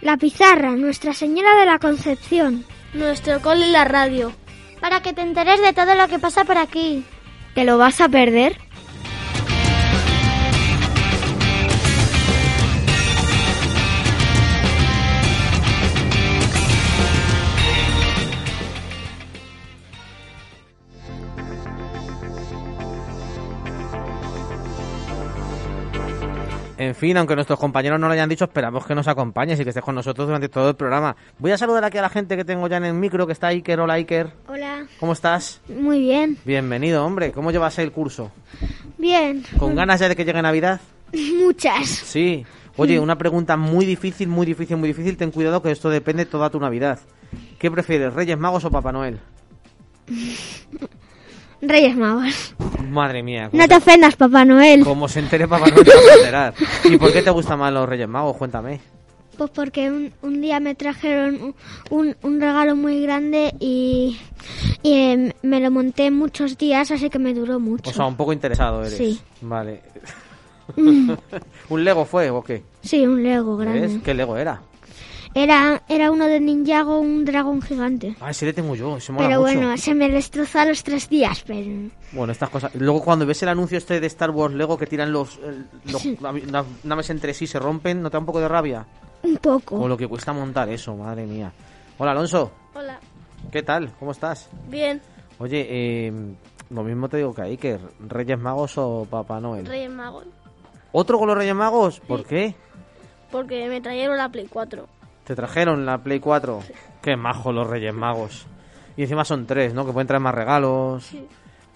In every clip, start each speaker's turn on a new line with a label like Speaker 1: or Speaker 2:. Speaker 1: La pizarra, Nuestra Señora de la Concepción.
Speaker 2: Nuestro cole y la radio.
Speaker 3: Para que te enteres de todo lo que pasa por aquí.
Speaker 1: ¿Te lo vas a perder?
Speaker 4: En fin, aunque nuestros compañeros no lo hayan dicho, esperamos que nos acompañes y que estés con nosotros durante todo el programa. Voy a saludar aquí a la gente que tengo ya en el micro, que está Iker. Hola, Iker.
Speaker 1: Hola.
Speaker 4: ¿Cómo estás?
Speaker 1: Muy bien.
Speaker 4: Bienvenido, hombre. ¿Cómo llevas el curso?
Speaker 1: Bien.
Speaker 4: ¿Con ganas ya de que llegue Navidad?
Speaker 1: Muchas.
Speaker 4: Sí. Oye, una pregunta muy difícil, muy difícil, muy difícil. Ten cuidado que esto depende toda tu Navidad. ¿Qué prefieres, Reyes Magos o Papá Noel?
Speaker 1: Reyes Magos.
Speaker 4: Madre mía.
Speaker 1: No te ofendas, Papá Noel.
Speaker 4: Como se entere Papá Noel, te vas a enterar. ¿Y por qué te gustan más los Reyes Magos? Cuéntame.
Speaker 1: Pues porque un, un día me trajeron un, un, un regalo muy grande y, y, eh, me lo monté muchos días, así que me duró mucho.
Speaker 4: O sea, un poco interesado eres.
Speaker 1: Sí. Mm.
Speaker 4: Vale. ¿Un Lego fue o qué?
Speaker 1: Sí, un Lego grande.
Speaker 4: ¿Ves? ¿Qué Lego era?
Speaker 1: Era, era uno de Ninjago, un dragón gigante.
Speaker 4: Ah, ese le tengo yo, se mola
Speaker 1: Pero
Speaker 4: mucho.
Speaker 1: bueno, se me destrozó a los tres días, pero...
Speaker 4: Bueno, estas cosas. Luego cuando ves el anuncio este de Star Wars Lego que tiran los, el- los
Speaker 1: Sí.
Speaker 4: navi- las naves entre sí, se rompen, ¿no te da un poco de rabia?
Speaker 1: Un
Speaker 4: O
Speaker 1: poco.
Speaker 4: lo que cuesta montar eso, madre mía. Hola Alonso,
Speaker 2: Hola.
Speaker 4: ¿qué tal? ¿Cómo estás?
Speaker 2: Bien.
Speaker 4: Oye, eh, lo mismo te digo que Iker, Reyes Magos o Papá Noel.
Speaker 2: Reyes Magos.
Speaker 4: ¿Otro con los Reyes Magos? ¿Por qué?
Speaker 2: Porque me trajeron la Play 4.
Speaker 4: Te trajeron la Play 4. Qué majo los Reyes Magos. Y encima son tres, ¿no? Que pueden traer más regalos.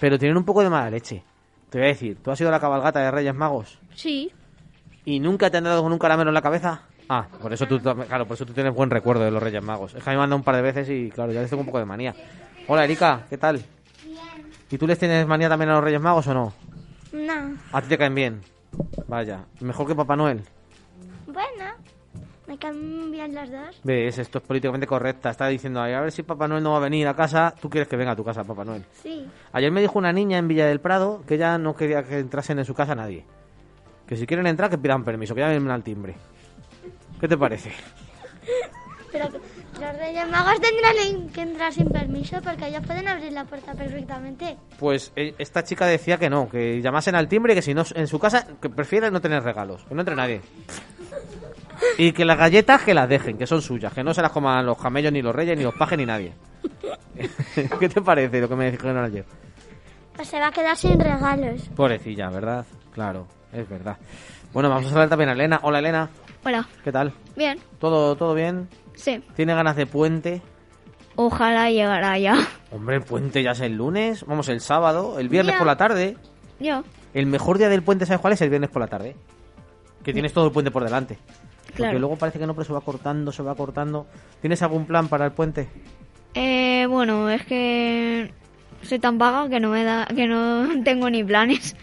Speaker 4: Pero tienen un poco de mala leche. Te voy a decir, ¿tú has ido a la cabalgata de Reyes Magos?
Speaker 2: Sí.
Speaker 4: ¿Y nunca te han dado con un caramelo en la cabeza? Ah, por eso tú, tam- claro, por eso tú tienes buen recuerdo de los Reyes Magos. Es que a mí me han dado un par de veces y, claro, ya les tengo un poco de manía. Hola, Erika, ¿qué tal? ¿Y tú les tienes manía también a los Reyes Magos o no?
Speaker 3: No.
Speaker 4: A ti te caen bien. Vaya, mejor que Papá Noel.
Speaker 3: Bueno. Me cambian las dos.
Speaker 4: ¿Ves? Esto es políticamente correcta. Está diciendo, "Ay, a ver si Papá Noel no va a venir a casa. Tú quieres que venga a tu casa, Papá Noel.
Speaker 3: Sí.
Speaker 4: Ayer me dijo una niña en Villa del Prado que ella no quería que entrasen en su casa nadie. Que si quieren entrar, que pidan permiso, que llamen al timbre. ¿Qué te parece?
Speaker 3: Pero los Reyes Magos tendrán que entrar sin permiso porque ellos pueden abrir la puerta perfectamente.
Speaker 4: Pues eh, esta chica decía que no, que llamasen al timbre y que si no, en su casa, que prefiere no tener regalos, que no entre nadie. Y que las galletas que las dejen, que son suyas, que no se las coman los camellos, ni los reyes, ni los pajes, ni nadie. ¿Qué te parece lo que me dijeron ayer?
Speaker 3: Pues se va a quedar sin regalos.
Speaker 4: Pobrecilla, ¿verdad? Claro, es verdad. Bueno, vamos a saludar también a Elena. Hola Elena,
Speaker 5: Hola.
Speaker 4: ¿qué tal?
Speaker 5: Bien.
Speaker 4: ¿Todo, todo bien?
Speaker 5: Sí.
Speaker 4: ¿Tiene ganas de puente?
Speaker 5: Ojalá llegara ya.
Speaker 4: Hombre, el puente ya es el lunes, vamos, el sábado, el viernes
Speaker 5: Ya.
Speaker 4: por la tarde.
Speaker 5: Yo.
Speaker 4: El mejor día del puente, ¿sabes cuál es? El viernes por la tarde. Que tienes todo el puente por delante. Porque
Speaker 5: Claro.
Speaker 4: luego parece que no, pero se va cortando, se va cortando. ¿Tienes algún plan para el puente?
Speaker 5: Eh, bueno, es que soy tan vaga que no me da, que no tengo ni planes.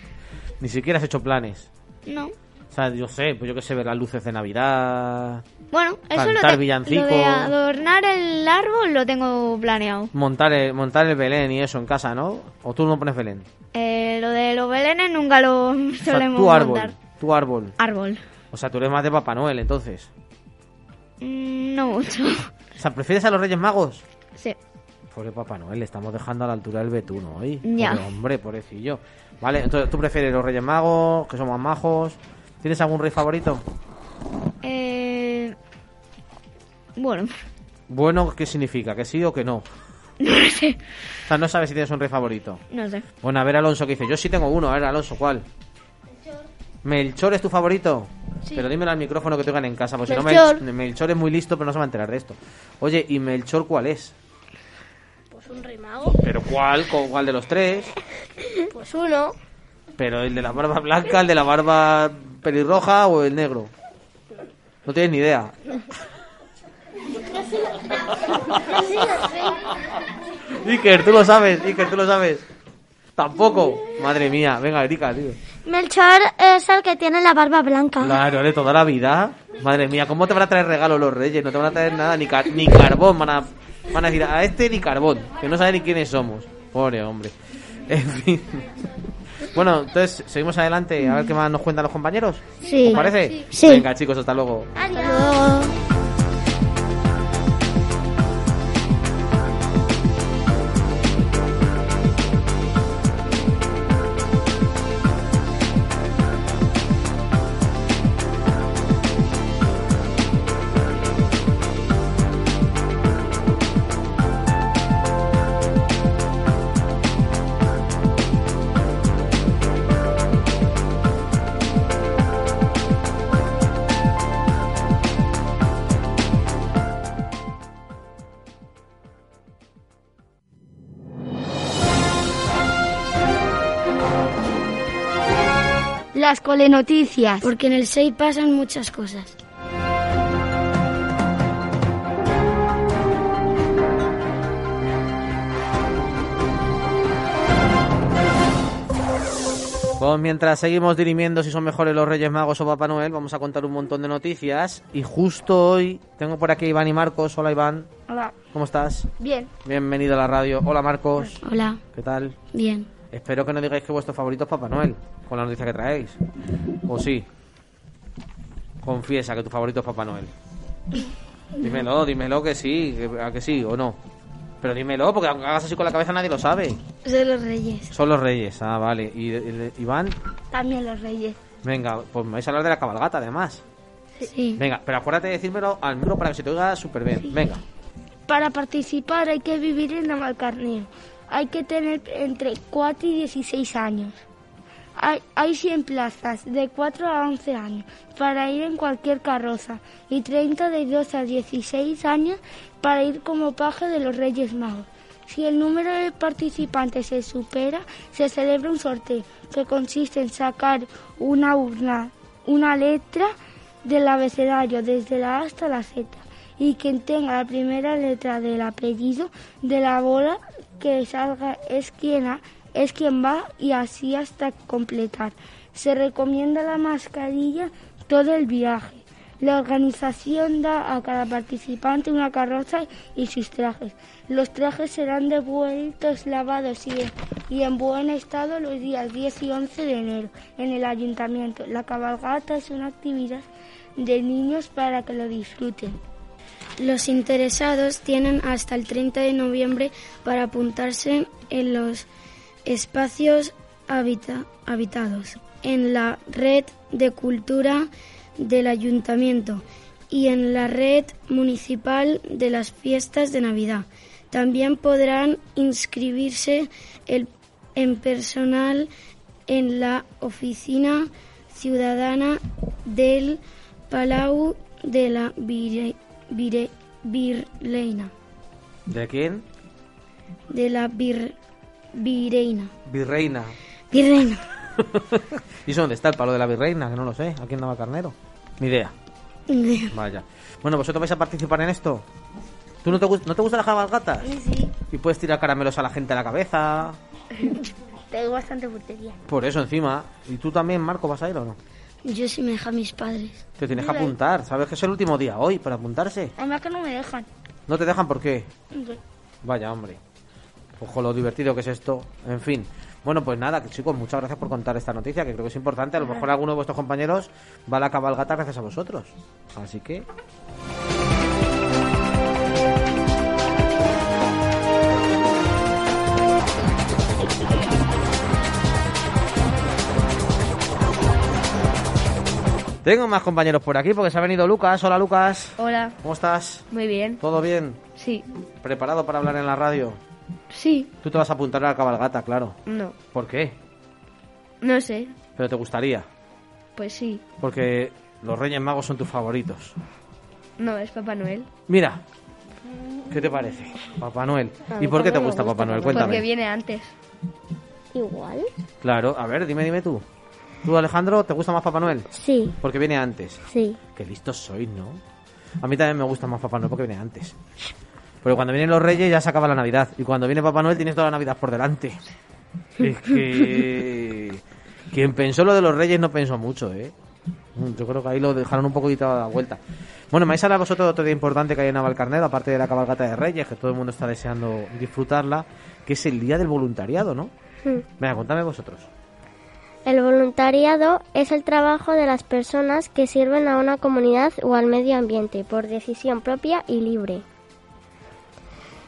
Speaker 4: Ni siquiera has hecho planes.
Speaker 5: No.
Speaker 4: O sea, yo sé, pues yo que sé, ver las luces de Navidad,
Speaker 5: Bueno, eso lo,
Speaker 4: Cantar
Speaker 5: te-
Speaker 4: villancico.
Speaker 5: lo de adornar el árbol lo tengo planeado.
Speaker 4: montar el, montar el Belén y eso en casa, ¿no? O tú no pones Belén.
Speaker 5: Eh, lo de los belenes nunca lo
Speaker 4: O sea,
Speaker 5: solemos
Speaker 4: tu árbol,
Speaker 5: montar.
Speaker 4: tu árbol.
Speaker 5: Árbol.
Speaker 4: O sea, tú eres más de Papá Noel, entonces.
Speaker 5: Mm, No mucho.
Speaker 4: O sea, ¿prefieres a los Reyes Magos?
Speaker 5: Sí.
Speaker 4: Pobre Papá Noel, le estamos dejando a la altura del betuno hoy.
Speaker 5: Ya.
Speaker 4: Pobre hombre, pobrecillo. Vale, entonces tú prefieres los Reyes Magos, que son más majos. ¿Tienes algún rey favorito?
Speaker 5: Eh, bueno,
Speaker 4: Bueno, ¿qué significa? ¿Que sí o que no? No sé. O sea, no sabes si tienes un rey favorito.
Speaker 5: no sé.
Speaker 4: Bueno, a ver, Alonso, ¿qué dice? Yo sí tengo uno. A ver, Alonso, ¿cuál? Melchor es tu favorito. Pero dímelo al micrófono que tengan en casa, porque si no,
Speaker 2: Melchor.
Speaker 4: Melch- Melchor es muy listo, pero no se va a enterar de esto. Oye, ¿y Melchor cuál es?
Speaker 2: Pues un rey mago.
Speaker 4: ¿Pero cuál? ¿Con ¿Cuál de los tres?
Speaker 1: Pues uno,
Speaker 4: Pero el de la barba blanca, el de la barba pelirroja o el negro. No tienes ni idea. Iker, tú lo sabes, Iker, tú lo sabes. Tampoco. Madre mía, venga, Erika, tío.
Speaker 6: Melchor es el que tiene la barba blanca.
Speaker 4: Claro, de toda la vida. Madre mía, ¿cómo te van a traer regalos los reyes? No te van a traer nada, ni, car- ni carbón. Van a, van a decir a este ni carbón, que no sabe ni quiénes somos. Pobre hombre. En fin. Bueno, entonces, seguimos adelante a ver qué más nos cuentan los compañeros.
Speaker 7: Sí.
Speaker 4: ¿Os parece?
Speaker 7: Sí.
Speaker 4: Venga, chicos, hasta luego.
Speaker 6: Adiós.
Speaker 8: Las colenoticias.
Speaker 1: porque en el 6 pasan muchas cosas.
Speaker 4: Pues mientras seguimos dirimiendo si son mejores los Reyes Magos o Papá Noel, vamos a contar un montón de noticias. Y justo hoy tengo por aquí a Iván y Marcos. Hola, Iván.
Speaker 8: Hola.
Speaker 4: ¿Cómo estás?
Speaker 8: Bien.
Speaker 4: Bienvenido a la radio. Hola, Marcos.
Speaker 7: Hola,
Speaker 4: ¿Qué tal?
Speaker 7: bien.
Speaker 4: Espero que no digáis que vuestro favorito es Papá Noel, con la noticia que traéis. ¿O sí? Confiesa que tu favorito es Papá Noel. Dímelo, dímelo que sí, que, a que sí o no. Pero dímelo, porque aunque hagas así con la cabeza nadie lo sabe.
Speaker 8: Soy los reyes.
Speaker 4: Son los reyes, ah, vale. ¿Y el- Iván?
Speaker 8: También los reyes.
Speaker 4: Venga, pues me vais a hablar de la cabalgata, además.
Speaker 7: Sí.
Speaker 4: Venga, pero acuérdate de decírmelo al micro para que se te oiga súper bien. Venga.
Speaker 8: Para participar hay que vivir en Navalcarnero. Hay que tener entre 4 y 16 años. Hay, hay 100 plazas de 4 a 11 años para ir en cualquier carroza y 30 de 12 a 16 años para ir como paje de los Reyes Magos. Si el número de participantes se supera, se celebra un sorteo que consiste en sacar una urna, una letra del abecedario desde la A hasta la Z y quien tenga la primera letra del apellido de la bola que salga es quien ha- es quien va y así hasta completar. Se recomienda la mascarilla todo el viaje. La organización da a cada participante una carroza y sus trajes. Los trajes serán devueltos, lavados y, y en buen estado los días 10 y 11 de enero en el ayuntamiento. La cabalgata es una actividad de niños para que lo disfruten.
Speaker 1: Los interesados tienen hasta el 30 de noviembre para apuntarse en los espacios habita- habitados, en la red de cultura del ayuntamiento y en la red municipal de las fiestas de Navidad. También podrán inscribirse el- en personal en la oficina ciudadana del Palau de la Vire- Vire- Virreina.
Speaker 4: ¿De quién?
Speaker 1: De la Vir- Vireina.
Speaker 4: Virreina.
Speaker 1: Virreina.
Speaker 4: ¿Y eso dónde está el palo de la virreina? Que no lo sé. Aquí en Navacarnero. Ni idea. Vaya. Bueno, ¿vosotros vais a participar en esto? ¿Tú no te, gust- no te gustan las cabalgatas?
Speaker 6: Sí,
Speaker 4: Y puedes tirar caramelos a la gente a la cabeza.
Speaker 6: tengo bastante puntería.
Speaker 4: Por eso encima. ¿Y tú también, Marco, vas a ir o no?
Speaker 1: Yo sí me deja mis padres.
Speaker 4: Te tienes que apuntar. Sabes que es el último día hoy para apuntarse.
Speaker 8: Además que no me dejan.
Speaker 4: ¿No te dejan por qué? Vaya, hombre. Ojo lo divertido que es esto. En fin. Bueno, pues nada, chicos, muchas gracias por contar esta noticia, que creo que es importante. A lo mejor alguno de vuestros compañeros va a la cabalgata gracias a vosotros. Así que... Tengo más compañeros por aquí porque se ha venido Lucas. Hola Lucas.
Speaker 8: Hola,
Speaker 4: ¿Cómo estás?
Speaker 8: muy bien.
Speaker 4: ¿Todo bien?
Speaker 8: Sí,
Speaker 4: ¿Preparado para hablar en la radio?
Speaker 8: sí,
Speaker 4: Tú te vas a apuntar a la cabalgata, claro.
Speaker 8: no,
Speaker 4: ¿Por qué?
Speaker 8: no sé,
Speaker 4: Pero te gustaría.
Speaker 8: pues sí.
Speaker 4: Porque los Reyes Magos son tus favoritos.
Speaker 8: No, es Papá Noel.
Speaker 4: Mira, ¿qué te parece? Papá Noel. ¿Y por qué te gusta Papá Noel? Cuéntame.
Speaker 8: viene antes.
Speaker 5: Igual.
Speaker 4: Claro, a ver, dime, dime tú. ¿Tú, Alejandro, te gusta más Papá Noel?
Speaker 5: Sí,
Speaker 4: Porque viene antes.
Speaker 5: sí.
Speaker 4: Qué listos sois, ¿no? A mí también me gusta más Papá Noel porque viene antes. Pero cuando vienen los Reyes ya se acaba la Navidad. Y cuando viene Papá Noel tienes toda la Navidad por delante. Es que... Quien pensó lo de los Reyes no pensó mucho, ¿eh? Mm, Yo creo que ahí lo dejaron un poquito a la vuelta. Bueno, me vais a hablar vosotros de otro día importante que hay en Navalcarnero, aparte de la cabalgata de Reyes, que todo el mundo está deseando disfrutarla, que es el Día del Voluntariado, ¿no? Venga, contadme vosotros.
Speaker 6: El voluntariado es el trabajo de las personas que sirven a una comunidad o al medio ambiente por decisión propia y libre.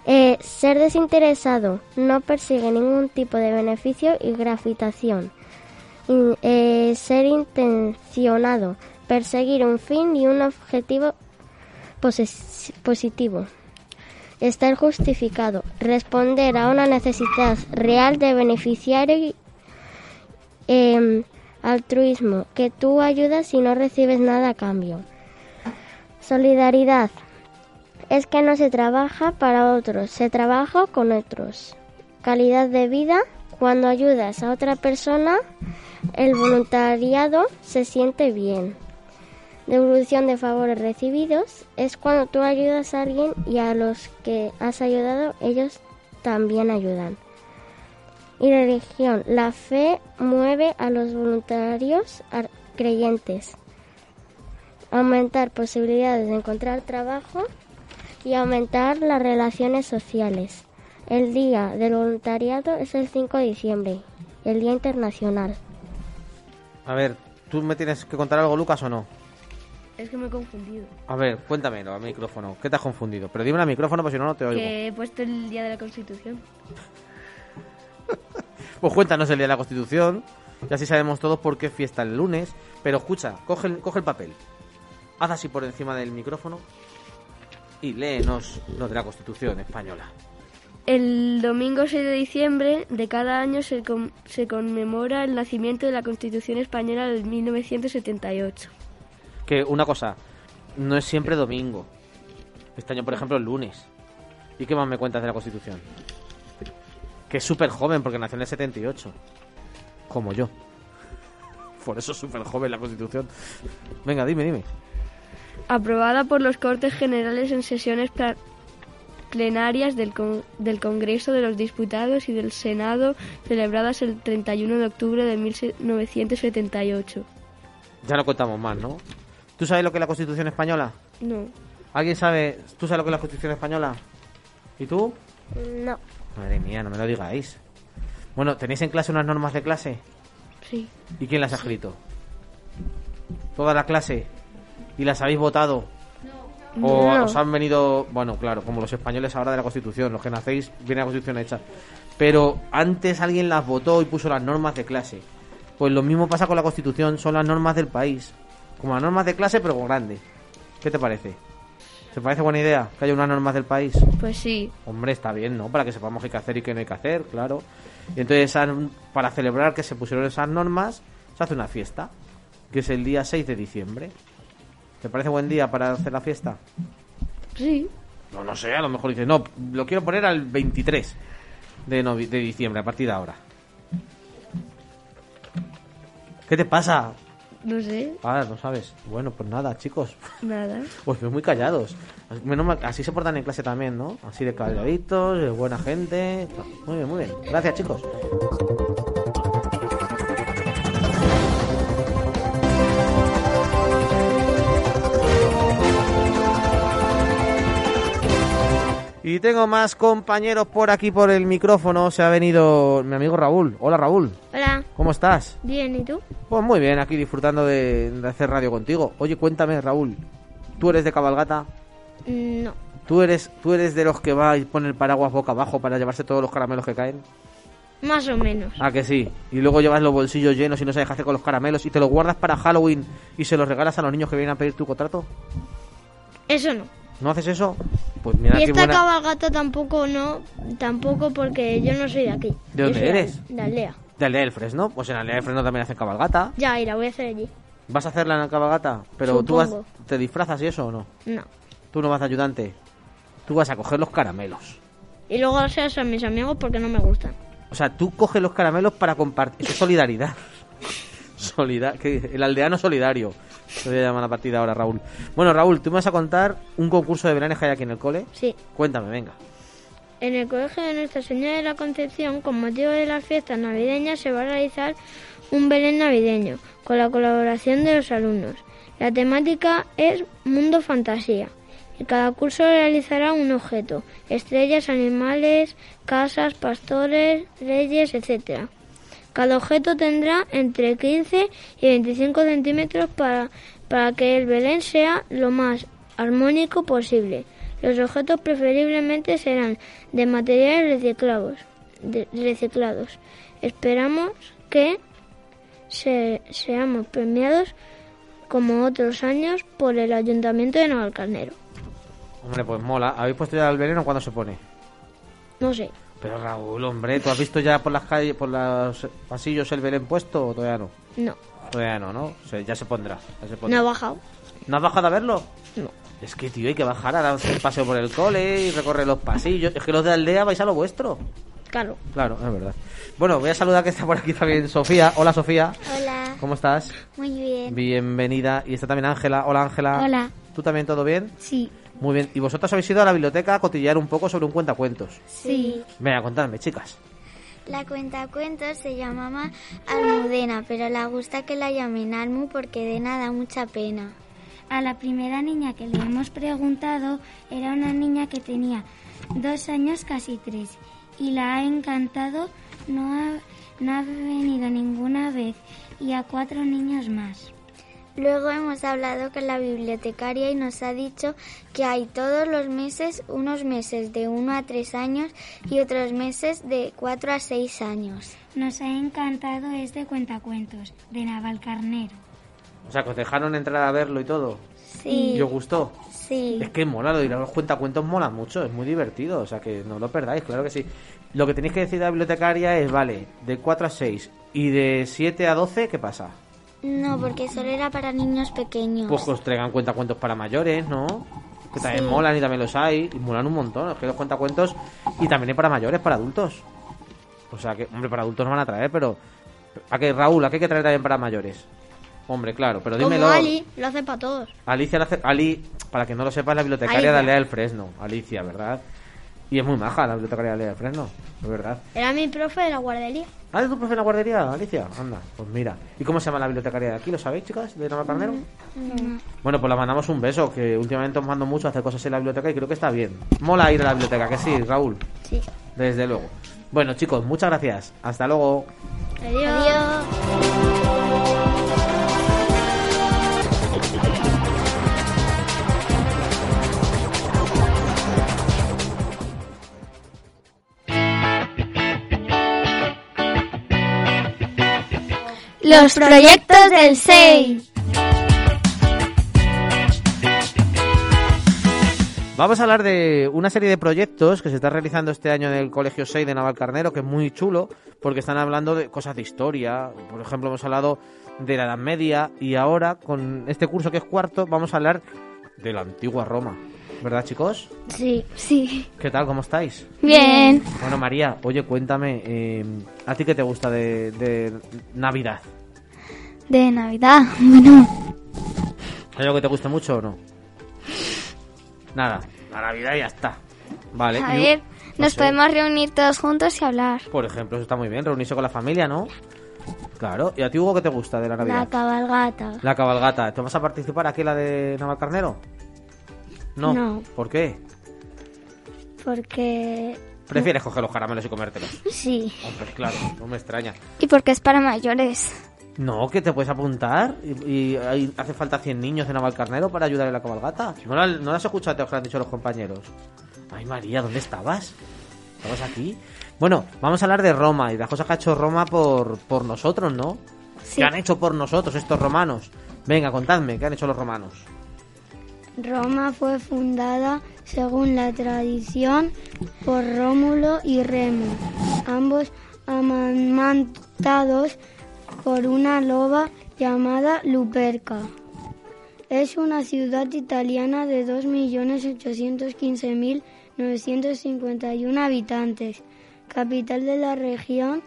Speaker 6: Eh, ser desinteresado no persigue ningún tipo de beneficio y grafitación. In- eh, ser intencionado, perseguir un fin y un objetivo poses- positivo. Estar justificado, responder a una necesidad real de beneficiario y- eh, altruismo, que tú ayudas y no recibes nada a cambio. Solidaridad. Es que no se trabaja para otros, se trabaja con otros. Calidad de vida. Cuando ayudas a otra persona, el voluntariado se siente bien. Devolución de favores recibidos es cuando tú ayudas a alguien y a los que has ayudado, ellos también ayudan y religión. La fe mueve a los voluntarios ar- creyentes. Aumentar posibilidades de encontrar trabajo y aumentar las relaciones sociales. El día del voluntariado es el 5 de diciembre, el Día Internacional.
Speaker 4: A ver, ¿tú me tienes que contar algo, Lucas, o no?
Speaker 9: Es que me he confundido.
Speaker 4: A ver, cuéntamelo al micrófono. ¿Qué te has confundido? Pero dime al micrófono, porque si no, no te oigo.
Speaker 9: Que he puesto el día de la Constitución.
Speaker 4: Pues cuéntanos el día de la Constitución. Y así sabemos todos por qué es fiesta el lunes. Pero escucha, coge el, coge el papel. Haz así por encima del micrófono. Y léenos lo de la Constitución española.
Speaker 8: El domingo 6 de diciembre de cada año se, con- se conmemora el nacimiento de la Constitución Española de 1978.
Speaker 4: Que una cosa, no es siempre domingo. Este año, por ejemplo, es lunes. ¿Y qué más me cuentas de la Constitución? Que es súper joven porque nació en el 78. Como yo. Por eso es súper joven la Constitución. Venga, dime, dime.
Speaker 8: Aprobada por los Cortes Generales en sesiones pla- plenarias del, Con- del Congreso de los Diputados y del Senado celebradas el 31 de octubre de 1978.
Speaker 4: Ya no contamos más, ¿no? ¿Tú sabes lo que es la Constitución española?
Speaker 8: No.
Speaker 4: ¿Alguien sabe? ¿Tú sabes lo que es la Constitución española? ¿Y tú?
Speaker 6: No,
Speaker 4: Madre mía, no me lo digáis. Bueno, ¿tenéis en clase unas normas de clase?
Speaker 8: Sí.
Speaker 4: ¿Y quién las ha escrito? ¿Toda la clase? ¿Y las habéis votado? No. ¿O
Speaker 6: No.
Speaker 4: os han venido.? Bueno, claro, como los españoles ahora de la Constitución, los que nacéis, viene la Constitución hecha. Pero antes alguien las votó y puso las normas de clase. Pues lo mismo pasa con la Constitución, son las normas del país. Como las normas de clase, pero con grande. ¿Qué te parece? ¿Te parece buena idea que haya unas normas del país?
Speaker 9: Pues sí.
Speaker 4: Hombre, está bien, ¿no? Para que sepamos qué hay que hacer y qué no hay que hacer, claro. Y entonces, esas- para celebrar que se pusieron esas normas, se hace una fiesta, que es el día 6 de diciembre. ¿Te parece buen día para hacer la fiesta?
Speaker 9: Sí.
Speaker 4: No, no sé, a lo mejor dices, no, lo quiero poner al 23 de, novi- de diciembre, a partir de ahora. ¿Qué te pasa?
Speaker 9: No sé.
Speaker 4: Ah, no sabes. Bueno, pues nada, chicos.
Speaker 9: Nada.
Speaker 4: Pues veo muy callados. Menos mal- así se portan en clase también, ¿no? Así de calladitos, de buena gente. Muy bien, muy bien. Gracias, chicos. Y tengo más compañeros por aquí por el micrófono. Se ha venido mi amigo Raúl. Hola, Raúl.
Speaker 5: Hola,
Speaker 4: ¿Cómo estás?
Speaker 5: bien, ¿y tú?
Speaker 4: Pues muy bien, aquí disfrutando de, de hacer radio contigo. Oye, cuéntame, Raúl, ¿tú eres de cabalgata?
Speaker 5: Mm, No,
Speaker 4: ¿Tú eres, ¿Tú eres de los que va y pone el paraguas boca abajo para llevarse todos los caramelos que caen?
Speaker 5: más o menos.
Speaker 4: Ah, que sí. Y luego llevas los bolsillos llenos y no sabes qué hacer con los caramelos y te los guardas para Halloween y se los regalas a los niños que vienen a pedir tu contrato.
Speaker 5: Eso no.
Speaker 4: ¿No haces eso? Pues mira,
Speaker 5: Y
Speaker 4: qué
Speaker 5: esta
Speaker 4: buena-
Speaker 5: cabalgata tampoco no, tampoco porque yo no soy de aquí.
Speaker 4: ¿De dónde
Speaker 5: Yo soy
Speaker 4: eres?
Speaker 5: De aldea.
Speaker 4: De Aldea del Fresno. Pues en Aldea del Fresno también hacen cabalgata.
Speaker 5: Ya, y la voy a hacer allí.
Speaker 4: ¿Vas a hacerla en la cabalgata? Pero tú vas,
Speaker 5: Supongo.
Speaker 4: te disfrazas y eso o no?
Speaker 5: No.
Speaker 4: Tú no vas de ayudante. Tú vas a coger los caramelos.
Speaker 5: Y luego se las a mis amigos porque no me gustan.
Speaker 4: O sea, tú coges los caramelos para compartir. Eso es solidaridad. Solidar que el aldeano solidario. Te voy a llamar a partir de ahora, Raúl. Bueno, Raúl, tú me vas a contar un concurso de veranes que hay aquí en el cole.
Speaker 1: Sí.
Speaker 4: Cuéntame, venga.
Speaker 1: En el colegio de Nuestra Señora de la Concepción, con motivo de las fiestas navideñas, se va a realizar un Belén navideño, con la colaboración de los alumnos. La temática es Mundo Fantasía. Y cada curso realizará un objeto, estrellas, animales, casas, pastores, reyes, etc. Cada objeto tendrá entre 15 y 25 centímetros para, para que el Belén sea lo más armónico posible. Los objetos preferiblemente serán de materiales reciclados. de- reciclados. Esperamos que se- seamos premiados como otros años por el Ayuntamiento de Navalcarnero.
Speaker 4: Hombre, pues mola. ¿Habéis puesto ya el veneno cuándo se pone?
Speaker 1: No sé.
Speaker 4: Pero Raúl, hombre, ¿tú has visto ya por las calles, por los pasillos el Belén puesto o todavía no?
Speaker 1: No,
Speaker 4: Todavía no, ¿no? Se- ya se pondrá. Ya se
Speaker 1: no
Speaker 4: pondrá.
Speaker 1: ha bajado.
Speaker 4: ¿No has bajado a verlo?
Speaker 1: No.
Speaker 4: Es que, tío, hay que bajar a darse un paseo por el cole y recorrer los pasillos. Es que los de aldea vais a lo vuestro.
Speaker 1: Claro.
Speaker 4: Claro, es verdad. Bueno, voy a saludar que está por aquí también Sofía. Hola, Sofía.
Speaker 6: Hola,
Speaker 4: ¿Cómo estás?
Speaker 6: muy bien.
Speaker 4: Bienvenida. Y está también Ángela. Hola, Ángela.
Speaker 6: Hola.
Speaker 4: ¿Tú también todo bien?
Speaker 6: Sí,
Speaker 4: Muy bien. ¿Y vosotros habéis ido a la biblioteca a cotillear un poco sobre un cuentacuentos?
Speaker 6: sí.
Speaker 4: Venga, contadme, chicas.
Speaker 6: La cuentacuentos se llamaba Almudena, pero le gusta que la llamen Almu porque de nada da mucha pena.
Speaker 5: A la primera niña que le hemos preguntado era una niña que tenía dos años, casi tres, y la ha encantado, no ha, no ha venido ninguna vez, y a cuatro niños más.
Speaker 6: Luego hemos hablado con la bibliotecaria y nos ha dicho que hay todos los meses unos meses de 1 a 3 años y otros meses de 4 a 6 años.
Speaker 5: Nos ha encantado este cuentacuentos de Navalcarnero.
Speaker 4: O sea, que os dejaron entrar a verlo y todo.
Speaker 6: Sí,
Speaker 4: ¿Y os gustó?
Speaker 6: sí.
Speaker 4: Es que mola, lo de ir a los cuentacuentos mola mucho, es muy divertido, o sea que no lo perdáis, claro que sí. Lo que tenéis que decir a la bibliotecaria es, vale, de 4 a 6 y de 7 a 12, ¿qué pasa?
Speaker 6: No, porque solo era para niños pequeños.
Speaker 4: Pues que os traigan cuentacuentos para mayores, ¿no? Que también molan y también los hay, y molan un montón, es que los cuentacuentos, y también hay para mayores, para adultos. O sea que, hombre, para adultos no van a traer, pero... ¿A qué, Raúl? ¿A qué hay que traer también para mayores? Hombre, claro, pero dímelo.
Speaker 1: Como Ali, lo hacen para todos.
Speaker 4: Alicia, la hace- Ali, para que no lo sepa, es la bibliotecaria de
Speaker 1: Alicia.
Speaker 4: Alea del Fresno. Alicia, ¿verdad? Y es muy maja la bibliotecaria de Alea del Fresno, es verdad.
Speaker 1: Era mi profe de la guardería.
Speaker 4: ¿Ah, es tu profe en la guardería, Alicia? Anda, pues mira. ¿Y cómo se llama la bibliotecaria de aquí? ¿Lo sabéis, chicas? ¿De Navalcarnero? Bueno, pues la mandamos un beso, que últimamente os mando mucho a hacer cosas en la biblioteca y creo que está bien. Mola ir a la biblioteca, que sí, Raúl.
Speaker 1: Sí.
Speaker 4: Desde luego. Bueno, chicos, muchas gracias. Hasta luego.
Speaker 1: Adiós.
Speaker 6: Los proyectos del SEI.
Speaker 4: Vamos a hablar de una serie de proyectos que se está realizando este año en el Colegio 6 de Navalcarnero, que es muy chulo, porque están hablando de cosas de historia. Por ejemplo, hemos hablado de la Edad Media y ahora, con este curso que es cuarto, vamos a hablar de la antigua Roma. ¿Verdad, chicos?
Speaker 10: Sí, sí.
Speaker 4: ¿Qué tal? ¿Cómo estáis?
Speaker 10: Bien.
Speaker 4: Bueno, María, oye, cuéntame, eh, ¿a ti qué te gusta de, de Navidad?
Speaker 1: De Navidad, bueno.
Speaker 4: ¿Hay algo que te guste mucho o no? Nada, la Navidad ya está. Vale.
Speaker 6: A
Speaker 4: y-
Speaker 6: ver,
Speaker 4: no
Speaker 6: nos
Speaker 4: sé.
Speaker 6: podemos reunir todos juntos y hablar.
Speaker 4: Por ejemplo, eso está muy bien, reunirse con la familia, ¿no? Claro. ¿Y a ti, Hugo, qué te gusta de la Navidad?
Speaker 6: cabalgata.
Speaker 4: La cabalgata. ¿Te vas a participar aquí, la de Navalcarnero? No.
Speaker 6: No.
Speaker 4: ¿Por qué?
Speaker 6: Porque...
Speaker 4: Prefieres coger los caramelos y comértelos.
Speaker 6: Sí.
Speaker 4: Hombre, claro, no me extraña.
Speaker 6: Y porque es para mayores.
Speaker 4: No, que te puedes apuntar y, y hay- hace falta 100 niños de Navalcarnero para ayudar en la cabalgata. ¿No la, no la has escuchado, te lo han dicho los compañeros? Ay, María, ¿dónde estabas? ¿Estabas aquí? Bueno, vamos a hablar de Roma y de las cosas que ha hecho Roma por, por nosotros, ¿no? ¿Qué han hecho por nosotros estos romanos? Venga, contadme, ¿qué han hecho los romanos?
Speaker 5: Roma fue fundada, según la tradición, por Rómulo y Remo, ambos amamantados por una loba llamada Luperca. Es una ciudad italiana de 2.815.951 habitantes
Speaker 1: capital de la región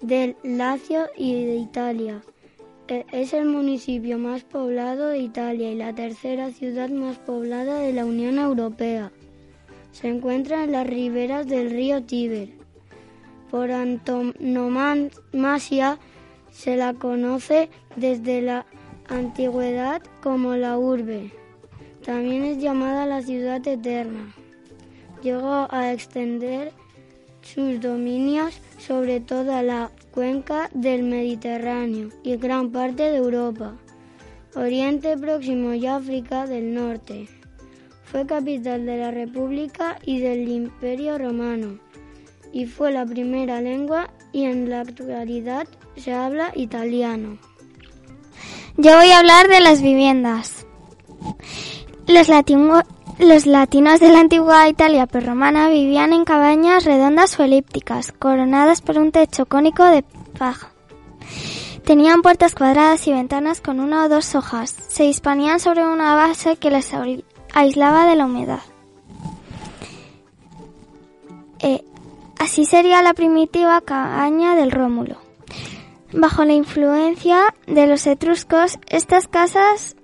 Speaker 1: del Lacio y de Italia. E- Es el municipio más poblado de Italia y la tercera ciudad más poblada de la Unión Europea. Se encuentra en las riberas del río Tíber. Por antonomasia se la conoce desde la antigüedad como la urbe. También es llamada la ciudad eterna. Llegó a extender sus dominios sobre toda la cuenca del Mediterráneo y gran parte de Europa, Oriente Próximo y África del Norte. Fue capital de la República y del Imperio Romano y fue la primera lengua y en la actualidad se habla italiano.
Speaker 6: Yo voy a hablar de las viviendas. Los, latingo- los latinos de la antigua Italia prerromana vivían en cabañas redondas o elípticas, coronadas por un techo cónico de paja. Tenían puertas cuadradas y ventanas con una o dos hojas. Se disponían sobre una base que les aul- aislaba de la humedad. Eh, así sería la primitiva cabaña del Rómulo. Bajo la influencia de los etruscos, estas casas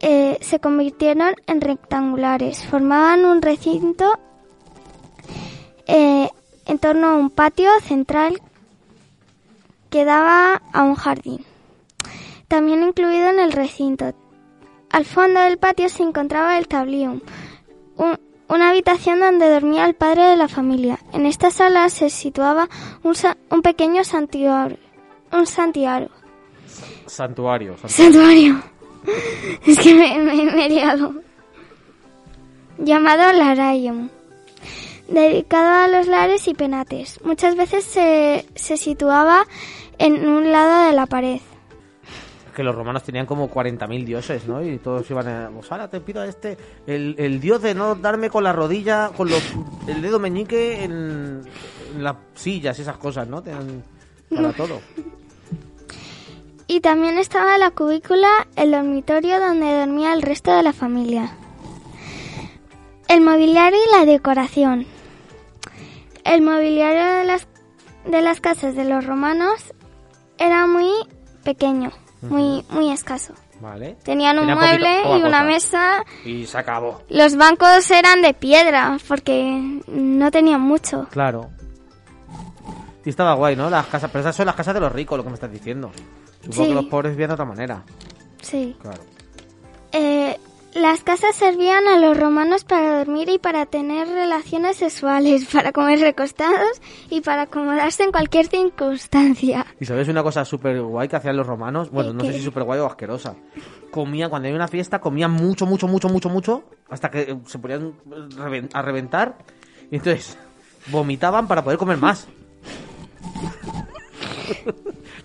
Speaker 6: eh, se convirtieron en rectangulares, formaban un recinto eh, en torno a un patio central que daba a un jardín, también incluido en el recinto. Al fondo del patio se encontraba el tablium, un- una habitación donde dormía el padre de la familia. En esta sala se situaba un, sa- un pequeño santuario. Un santiago.
Speaker 4: Santuario. santuario.
Speaker 6: Santuario. Es que me, me, me he liado. Llamado Larayum. Dedicado a los lares y penates. Muchas veces se, se situaba en un lado de la pared.
Speaker 4: Es que los romanos tenían como 40.000 dioses, ¿no? Y todos iban a... Pues ahora te pido a este... El, el dios de no darme con la rodilla, con los, el dedo meñique en, en las sillas y esas cosas, ¿no? Tenían para todo.
Speaker 6: Y también estaba la cubícula, el dormitorio donde dormía el resto de la familia. El mobiliario y la decoración. El mobiliario de las, de las casas de los romanos era muy pequeño, muy, muy escaso.
Speaker 4: Vale.
Speaker 6: Tenían un
Speaker 4: Tenía poquito-
Speaker 6: mueble
Speaker 4: poca
Speaker 6: y una
Speaker 4: cosa.
Speaker 6: mesa.
Speaker 4: Y se acabó.
Speaker 6: Los bancos eran de piedra porque no tenían mucho.
Speaker 4: Claro. Y estaba guay, ¿no? Las casas... Pero esas son las casas de los ricos, lo que me estás diciendo. Supongo
Speaker 6: Sí.
Speaker 4: que los pobres vivían de otra manera.
Speaker 6: Sí.
Speaker 4: Claro.
Speaker 6: Eh, las casas servían a los romanos para dormir y para tener relaciones sexuales, para comer recostados y para acomodarse en cualquier circunstancia.
Speaker 4: Y sabes una cosa súper guay que hacían los romanos, bueno,
Speaker 6: ¿El
Speaker 4: no sé
Speaker 6: qué?
Speaker 4: si súper guay o asquerosa. Comían, cuando había una fiesta, comían mucho, mucho, mucho, mucho, mucho, hasta que eh, se ponían eh, reven- a reventar. Y entonces vomitaban para poder comer más.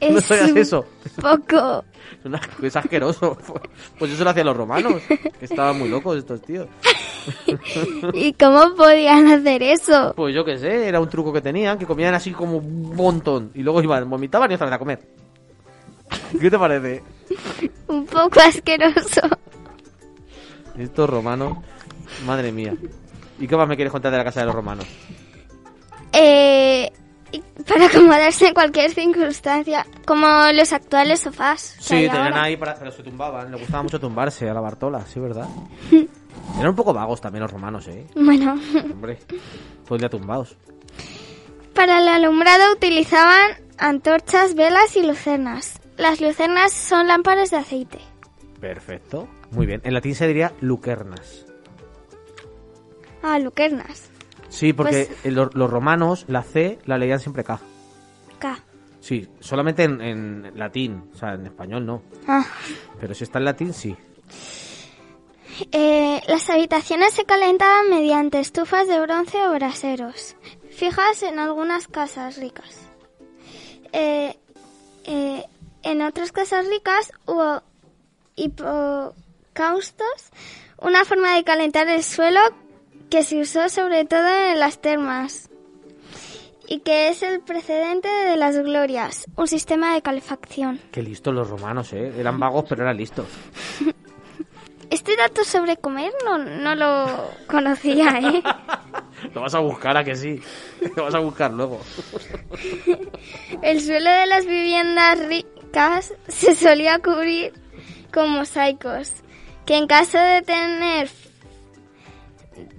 Speaker 4: no
Speaker 6: Es
Speaker 4: sabías
Speaker 6: un
Speaker 4: eso.
Speaker 6: Poco.
Speaker 4: Es un asco, Es asqueroso. Pues eso lo hacían los romanos. que Estaban muy locos estos tíos.
Speaker 6: ¿Y cómo podían hacer eso?
Speaker 4: Pues yo qué sé, era un truco que tenían, que comían así como un montón. Y luego iban, vomitaban y otra vez a comer. ¿Qué te parece?
Speaker 6: Un poco asqueroso.
Speaker 4: Estos romanos, madre mía. ¿Y qué más me quieres contar de la casa de los romanos?
Speaker 6: Eh, y para acomodarse en cualquier circunstancia, como los actuales sofás. que hay
Speaker 4: Sí, tenían
Speaker 6: ahora.
Speaker 4: ahí, para, pero se tumbaban. Les gustaba mucho tumbarse a la Bartola, sí, ¿verdad? Eran un poco vagos también los romanos, ¿eh?
Speaker 6: Bueno,
Speaker 4: Hombre, todo el día tumbados.
Speaker 6: Para el alumbrado utilizaban antorchas, velas y lucernas. Las lucernas son lámparas de aceite.
Speaker 4: Perfecto. Muy bien. En latín se diría lucernas.
Speaker 6: Ah, lucernas.
Speaker 4: Sí, porque
Speaker 6: Pues-
Speaker 4: el- los, los romanos la C la leían siempre K.
Speaker 6: K.
Speaker 4: Sí, solamente en, en latín, o sea, en español no.
Speaker 6: Ah.
Speaker 4: Pero si está en latín, sí.
Speaker 6: Eh, las habitaciones se calentaban mediante estufas de bronce o braseros, fijas en algunas casas ricas. Eh, eh, en otras casas ricas hubo hipocaustos, una forma de calentar el suelo que se usó sobre todo en las termas y que es el precedente de las glorias, un sistema de calefacción.
Speaker 4: Qué listos los romanos, ¿eh? Eran vagos, pero eran listos.
Speaker 6: Este dato sobre comer no, no lo conocía, ¿eh?
Speaker 4: Lo vas a buscar, a que sí. Lo vas a buscar luego.
Speaker 6: El suelo de las viviendas ricas se solía cubrir con mosaicos, que en caso de tener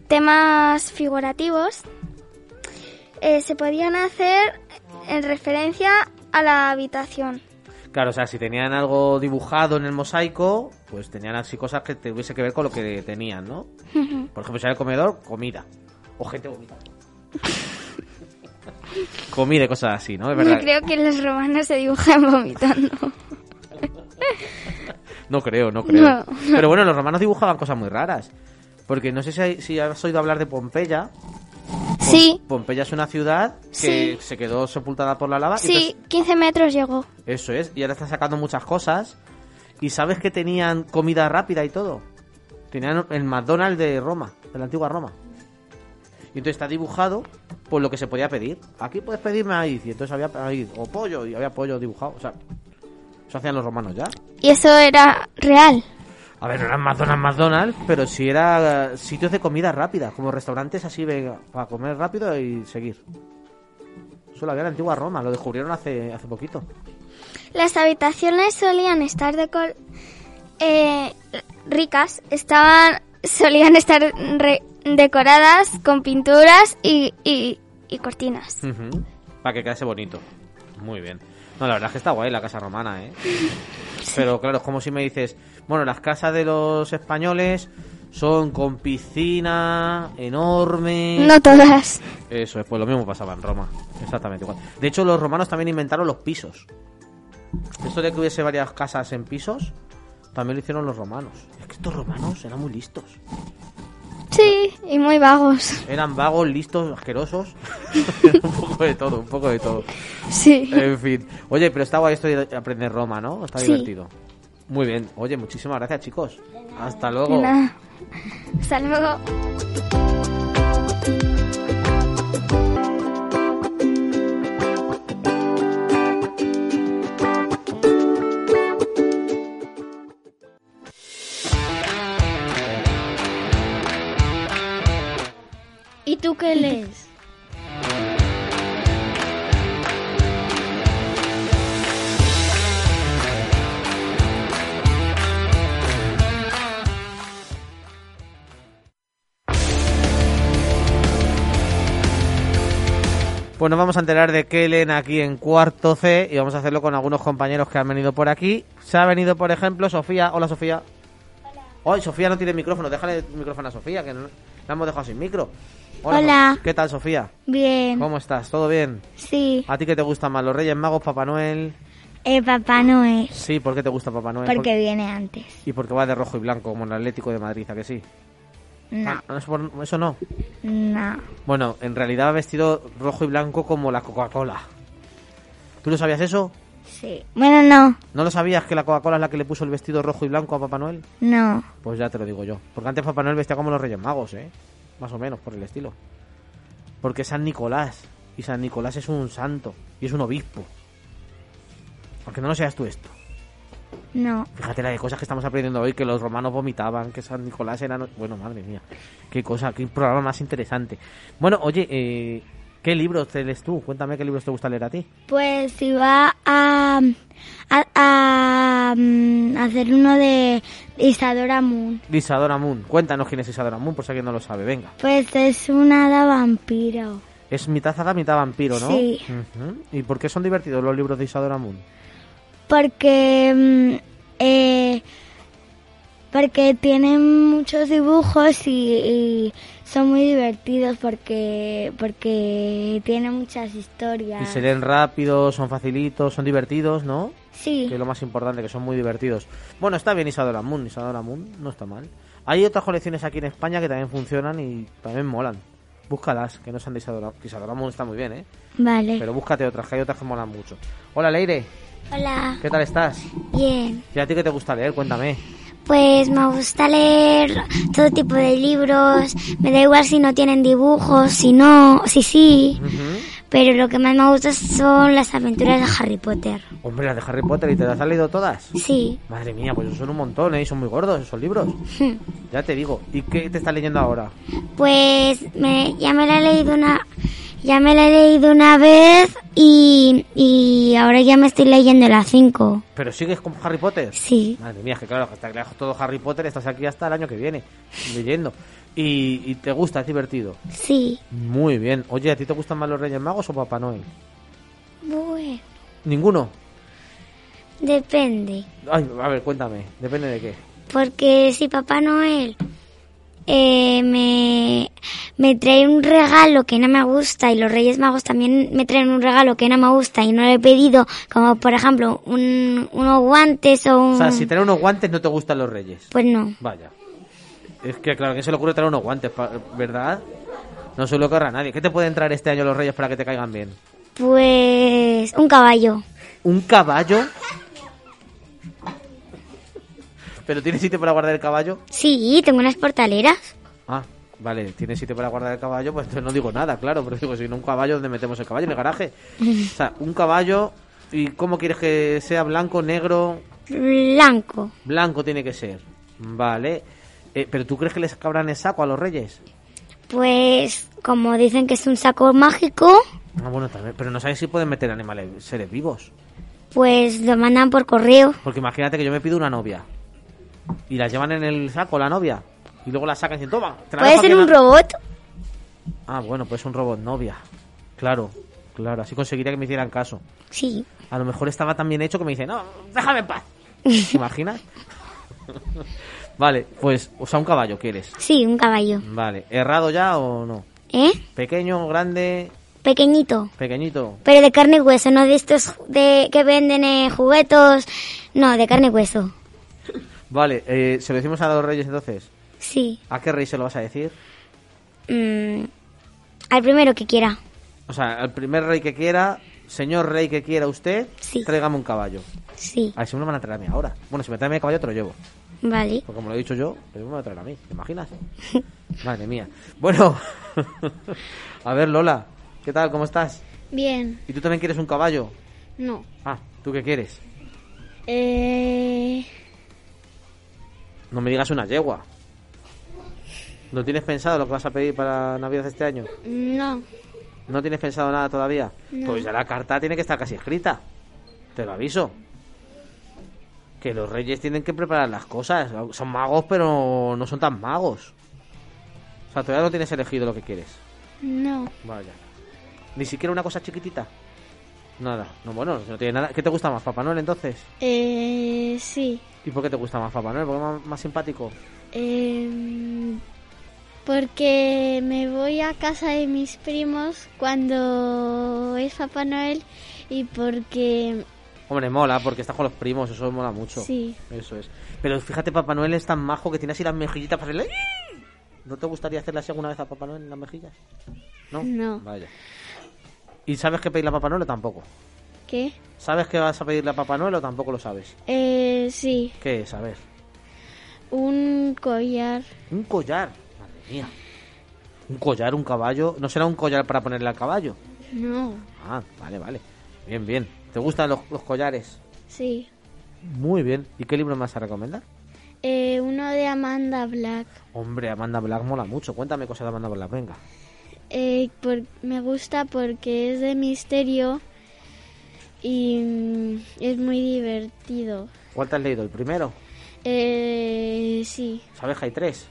Speaker 6: temas figurativos, eh, se podían hacer en referencia a la habitación.
Speaker 4: Claro, o sea, si tenían algo dibujado en el mosaico, pues tenían así cosas que tuviese que ver con lo que tenían, ¿no? Por ejemplo, si era el comedor, comida. O gente vomitando. comida y cosas así, ¿no? Es
Speaker 6: Yo
Speaker 4: verdad.
Speaker 6: creo que los romanos se dibujan vomitando.
Speaker 4: No creo, no creo.
Speaker 6: No.
Speaker 4: Pero bueno, los romanos dibujaban cosas muy raras. Porque no sé si, hay- si has oído hablar de Pompeya. Pom-
Speaker 6: Sí.
Speaker 4: Pompeya es una ciudad que
Speaker 6: Sí.
Speaker 4: se quedó sepultada por la lava. y
Speaker 6: Sí, 15 metros llegó.
Speaker 4: entonces- eso es. Y ahora están sacando muchas cosas. Y sabes que tenían comida rápida y todo. Tenían el McDonald's de Roma, de la antigua Roma. Y entonces está dibujado por lo que se podía pedir. Aquí puedes pedirme maíz. Y entonces había maíz. O pollo. Y había pollo dibujado. O sea, eso hacían los romanos ya.
Speaker 6: Y eso era real.
Speaker 4: A ver, no eran McDonald's, McDonald's, pero sí era eh, sitios de comida rápida, como restaurantes así venga, para comer rápido y seguir. Eso lo había en la antigua Roma, lo descubrieron hace, hace poquito.
Speaker 6: Las habitaciones solían estar de col- eh, ricas, estaban solían estar re- decoradas con pinturas y, y- y cortinas.
Speaker 4: Para que quedase bonito. Muy bien. No, la verdad es que está guay la casa romana, ¿eh? Pero claro, es como si me dices, bueno, las casas de los españoles son con piscina enorme.
Speaker 6: No todas.
Speaker 4: Eso es, pues lo mismo pasaba en Roma. Exactamente igual. De hecho, los romanos también inventaron los pisos. Esto de que hubiese varias casas en pisos, también lo hicieron los romanos. Es que estos romanos eran muy listos.
Speaker 6: Sí, y muy vagos.
Speaker 4: Eran vagos, listos, asquerosos. Era un poco de todo, un poco de todo.
Speaker 6: Sí.
Speaker 4: En fin. Oye, pero está guay esto de aprender Roma, ¿no? Está
Speaker 6: Sí.
Speaker 4: divertido. Muy bien. Oye, muchísimas gracias, chicos. Hasta luego.
Speaker 6: Nada. Hasta luego.
Speaker 5: ¿Y tú qué lees?
Speaker 4: Pues nos vamos a enterar de qué leen aquí en cuarto C y vamos a hacerlo con algunos compañeros que han venido por aquí. Se ha venido, por ejemplo, Sofía. Hola, Sofía. Hola. Hoy Sofía no tiene micrófono. Déjale el micrófono a Sofía, que no- la hemos dejado sin micro.
Speaker 7: Hola.
Speaker 4: Sof- ¿Qué tal, Sofía?
Speaker 5: Bien,
Speaker 4: ¿Cómo estás? ¿Todo bien?
Speaker 5: sí.
Speaker 4: ¿A ti qué te gusta más? ¿Los Reyes Magos, Papá Noel?
Speaker 5: El Papá Noel,
Speaker 4: Sí, ¿por qué te gusta Papá Noel?
Speaker 5: porque viene antes.
Speaker 4: Por- Y porque va de rojo y blanco, como el Atlético de Madrid, ¿a que sí?
Speaker 5: No,
Speaker 4: Ah, Eso por- eso no.
Speaker 5: no.
Speaker 4: Bueno, en realidad va vestido rojo y blanco como la Coca-Cola. ¿Tú lo sabías eso?
Speaker 5: Sí. Bueno, no,
Speaker 4: ¿No lo sabías que la Coca-Cola es la que le puso el vestido rojo y blanco a Papá Noel?
Speaker 5: no.
Speaker 4: Pues ya te lo digo yo. Porque antes Papá Noel vestía como los Reyes Magos, ¿eh? Más o menos, por el estilo. Porque es San Nicolás. Y San Nicolás es un santo. Y es un obispo. Aunque no lo seas tú esto.
Speaker 5: No.
Speaker 4: Fíjate la de cosas que estamos aprendiendo hoy, que los romanos vomitaban, que San Nicolás era... no- Bueno, madre mía. Qué cosa, qué programa más interesante. Bueno, oye, eh, ¿qué libros te lees tú? Cuéntame qué libros te gusta leer a ti.
Speaker 5: Pues si va a, a, a, mm, hacer uno de Isadora Moon.
Speaker 4: Isadora Moon. Cuéntanos quién es Isadora Moon, por si alguien no lo sabe. Venga.
Speaker 5: Pues es un hada vampiro.
Speaker 4: Es mitad hada, mitad vampiro, ¿no?
Speaker 5: Sí.
Speaker 4: Ujú. ¿Y por qué son divertidos los libros de Isadora Moon?
Speaker 5: Porque, mm, eh, porque tienen muchos dibujos y, y son muy divertidos porque, porque tienen muchas
Speaker 4: Y
Speaker 5: historias.
Speaker 4: se leen rápido, son facilitos, son divertidos, ¿no?
Speaker 5: Sí.
Speaker 4: Que es lo más importante, que son muy divertidos. Bueno, está bien Isadora Moon, Isadora Moon, no está mal. Hay otras colecciones aquí en España que también funcionan y también molan. Búscalas, que no sean de Isadora que Isadora Moon está muy bien, ¿eh?
Speaker 5: Vale.
Speaker 4: Pero búscate otras, que hay otras que molan mucho. Hola, Leire,
Speaker 6: Hola.
Speaker 4: ¿qué tal estás?
Speaker 6: Bien.
Speaker 4: ¿Y a ti qué te gusta leer? Cuéntame.
Speaker 6: Pues me gusta leer todo tipo de libros. Me da igual si no tienen dibujos, si no, si sí.
Speaker 4: Ujú.
Speaker 11: pero lo que más me gusta son las aventuras de Harry Potter.
Speaker 4: Hombre, las de Harry Potter, ¿y te las has leído todas?
Speaker 11: Sí.
Speaker 4: Madre mía, pues son un montón, ¿eh? Y Son muy gordos esos libros. ya te digo. ¿Y qué te estás leyendo ahora?
Speaker 11: Pues me, ya me la he leído una ya me la he leído una vez y, y ahora ya me estoy leyendo las 5.
Speaker 4: ¿Pero sigues con Harry Potter?
Speaker 11: Sí.
Speaker 4: Madre mía, es que claro, que está lejos todo Harry Potter, estás aquí hasta el año que viene leyendo. Y, y te gusta, es divertido.
Speaker 11: Sí.
Speaker 4: Muy bien. Oye, ¿a ti te gustan más los Reyes Magos o Papá Noel?
Speaker 11: Bueno,
Speaker 4: Ninguno.
Speaker 11: depende.
Speaker 4: Ay, a ver, cuéntame, depende de qué.
Speaker 11: Porque si Papá Noel eh, me, me trae un regalo que no me gusta y los Reyes Magos también me traen un regalo que no me gusta y no lo he pedido, como por ejemplo un, unos guantes o un...
Speaker 4: O sea, si trae unos guantes no te gustan los Reyes.
Speaker 11: Pues no.
Speaker 4: Vaya. Es que claro, ¿quién se le ocurre traer unos guantes, pa- verdad? No se lo querrá nadie. ¿Qué te pueden traer este año los Reyes para que te caigan bien?
Speaker 11: Pues un caballo.
Speaker 4: ¿Un caballo? ¿Pero tienes sitio para guardar el caballo?
Speaker 11: Sí, tengo unas portaleras.
Speaker 4: Ah, vale, tienes sitio para guardar el caballo, pues entonces no digo nada, claro, pero digo, si no un caballo, ¿dónde metemos el caballo? En el garaje. O sea, un caballo, ¿y cómo quieres que sea blanco, negro?
Speaker 11: Blanco.
Speaker 4: Blanco tiene que ser. Vale. Eh, ¿Pero tú crees que les cabrán el saco a los reyes?
Speaker 11: Pues como dicen que es un saco mágico,
Speaker 4: Ah, bueno, también. Pero no sabes si pueden meter animales, seres vivos.
Speaker 11: pues lo mandan por correo.
Speaker 4: Porque imagínate que yo me pido una novia. Y la llevan en el saco, la novia. Y luego la sacan y dicen, toma. te la
Speaker 11: ¿Puede
Speaker 4: dejo aquí
Speaker 11: ser
Speaker 4: en
Speaker 11: un
Speaker 4: la-".
Speaker 11: robot?
Speaker 4: Ah, bueno, pues un robot novia. Claro, claro. Así conseguiría que me hicieran caso.
Speaker 11: Sí.
Speaker 4: A lo mejor estaba tan bien hecho que me dice, no, déjame en paz. ¿Te imaginas? vale, pues, o sea, un caballo quieres.
Speaker 11: Sí, un caballo.
Speaker 4: Vale, ¿errado ya o no?
Speaker 11: ¿Eh?
Speaker 4: Pequeño, grande,
Speaker 11: Pequeñito.
Speaker 4: pequeñito.
Speaker 11: Pero de carne y hueso, no de estos de que venden eh, juguetos. No, de carne y hueso.
Speaker 4: Vale, eh, ¿se lo decimos a los reyes entonces?
Speaker 11: Sí.
Speaker 4: ¿A qué rey se lo vas a decir?
Speaker 11: Mm, al primero que quiera.
Speaker 4: O sea, al primer rey que quiera, señor rey que quiera usted, tráigame un caballo.
Speaker 11: Sí.
Speaker 4: A ver si me lo van a traer a mí ahora. Bueno, si me traen mi caballo, te lo llevo.
Speaker 11: Vale.
Speaker 4: Porque como lo he dicho yo, pero me va a traer a mí, ¿te imaginas? Madre mía. Bueno, a ver, Lola, ¿qué tal? ¿Cómo estás?
Speaker 5: Bien,
Speaker 4: ¿Y tú también quieres un caballo?
Speaker 5: no.
Speaker 4: Ah, ¿tú qué quieres?
Speaker 5: Eh,
Speaker 4: No me digas una yegua. ¿No tienes pensado lo que vas a pedir para Navidad este año?
Speaker 5: no.
Speaker 4: ¿No tienes pensado nada todavía?
Speaker 5: No.
Speaker 4: Pues ya la carta tiene que estar casi escrita. Te lo aviso. Que los reyes tienen que preparar las cosas. Son magos, pero no son tan magos. O sea, todavía no tienes elegido lo que quieres.
Speaker 5: No.
Speaker 4: Vaya. Ni siquiera una cosa chiquitita. Nada. No, bueno, no tiene nada. ¿Qué te gusta más, Papá Noel, entonces?
Speaker 5: Eh, sí.
Speaker 4: ¿Y por qué te gusta más Papá Noel? ¿Porque es más- más simpático?
Speaker 5: Em, porque me voy a casa de mis primos cuando es Papá Noel y porque
Speaker 4: Hombre, mola, porque estás con los primos, eso mola mucho.
Speaker 5: Sí.
Speaker 4: Eso es. Pero fíjate, Papá Noel es tan majo que tiene así las mejillitas para hacerle... ¡ii! ¿No te gustaría hacerle así alguna vez a Papá Noel en las mejillas? No.
Speaker 5: No.
Speaker 4: Vaya. ¿Y sabes qué pedirle a Papá Noel o tampoco?
Speaker 5: ¿qué?
Speaker 4: ¿Sabes qué vas a pedirle a Papá Noel o tampoco lo sabes?
Speaker 5: Eh, sí,
Speaker 4: ¿Qué es? A ver.
Speaker 5: un collar.
Speaker 4: Un collar. Madre mía. Un collar, un caballo. ¿No será un collar para ponerle al caballo?
Speaker 5: No,
Speaker 4: Ah, vale, vale. Bien, bien. ¿Te gustan los, los collares?
Speaker 5: sí.
Speaker 4: Muy bien. ¿Y qué libro más a recomendar?
Speaker 5: Eh, uno de Amanda Black.
Speaker 4: Hombre, Amanda Black mola mucho. Cuéntame cosas de Amanda Black, venga.
Speaker 5: Eh, por- me gusta porque es de misterio y mm, es muy divertido.
Speaker 4: ¿Cuál te has leído? ¿El primero?
Speaker 5: Eh, sí,
Speaker 4: ¿Sabes que hay tres?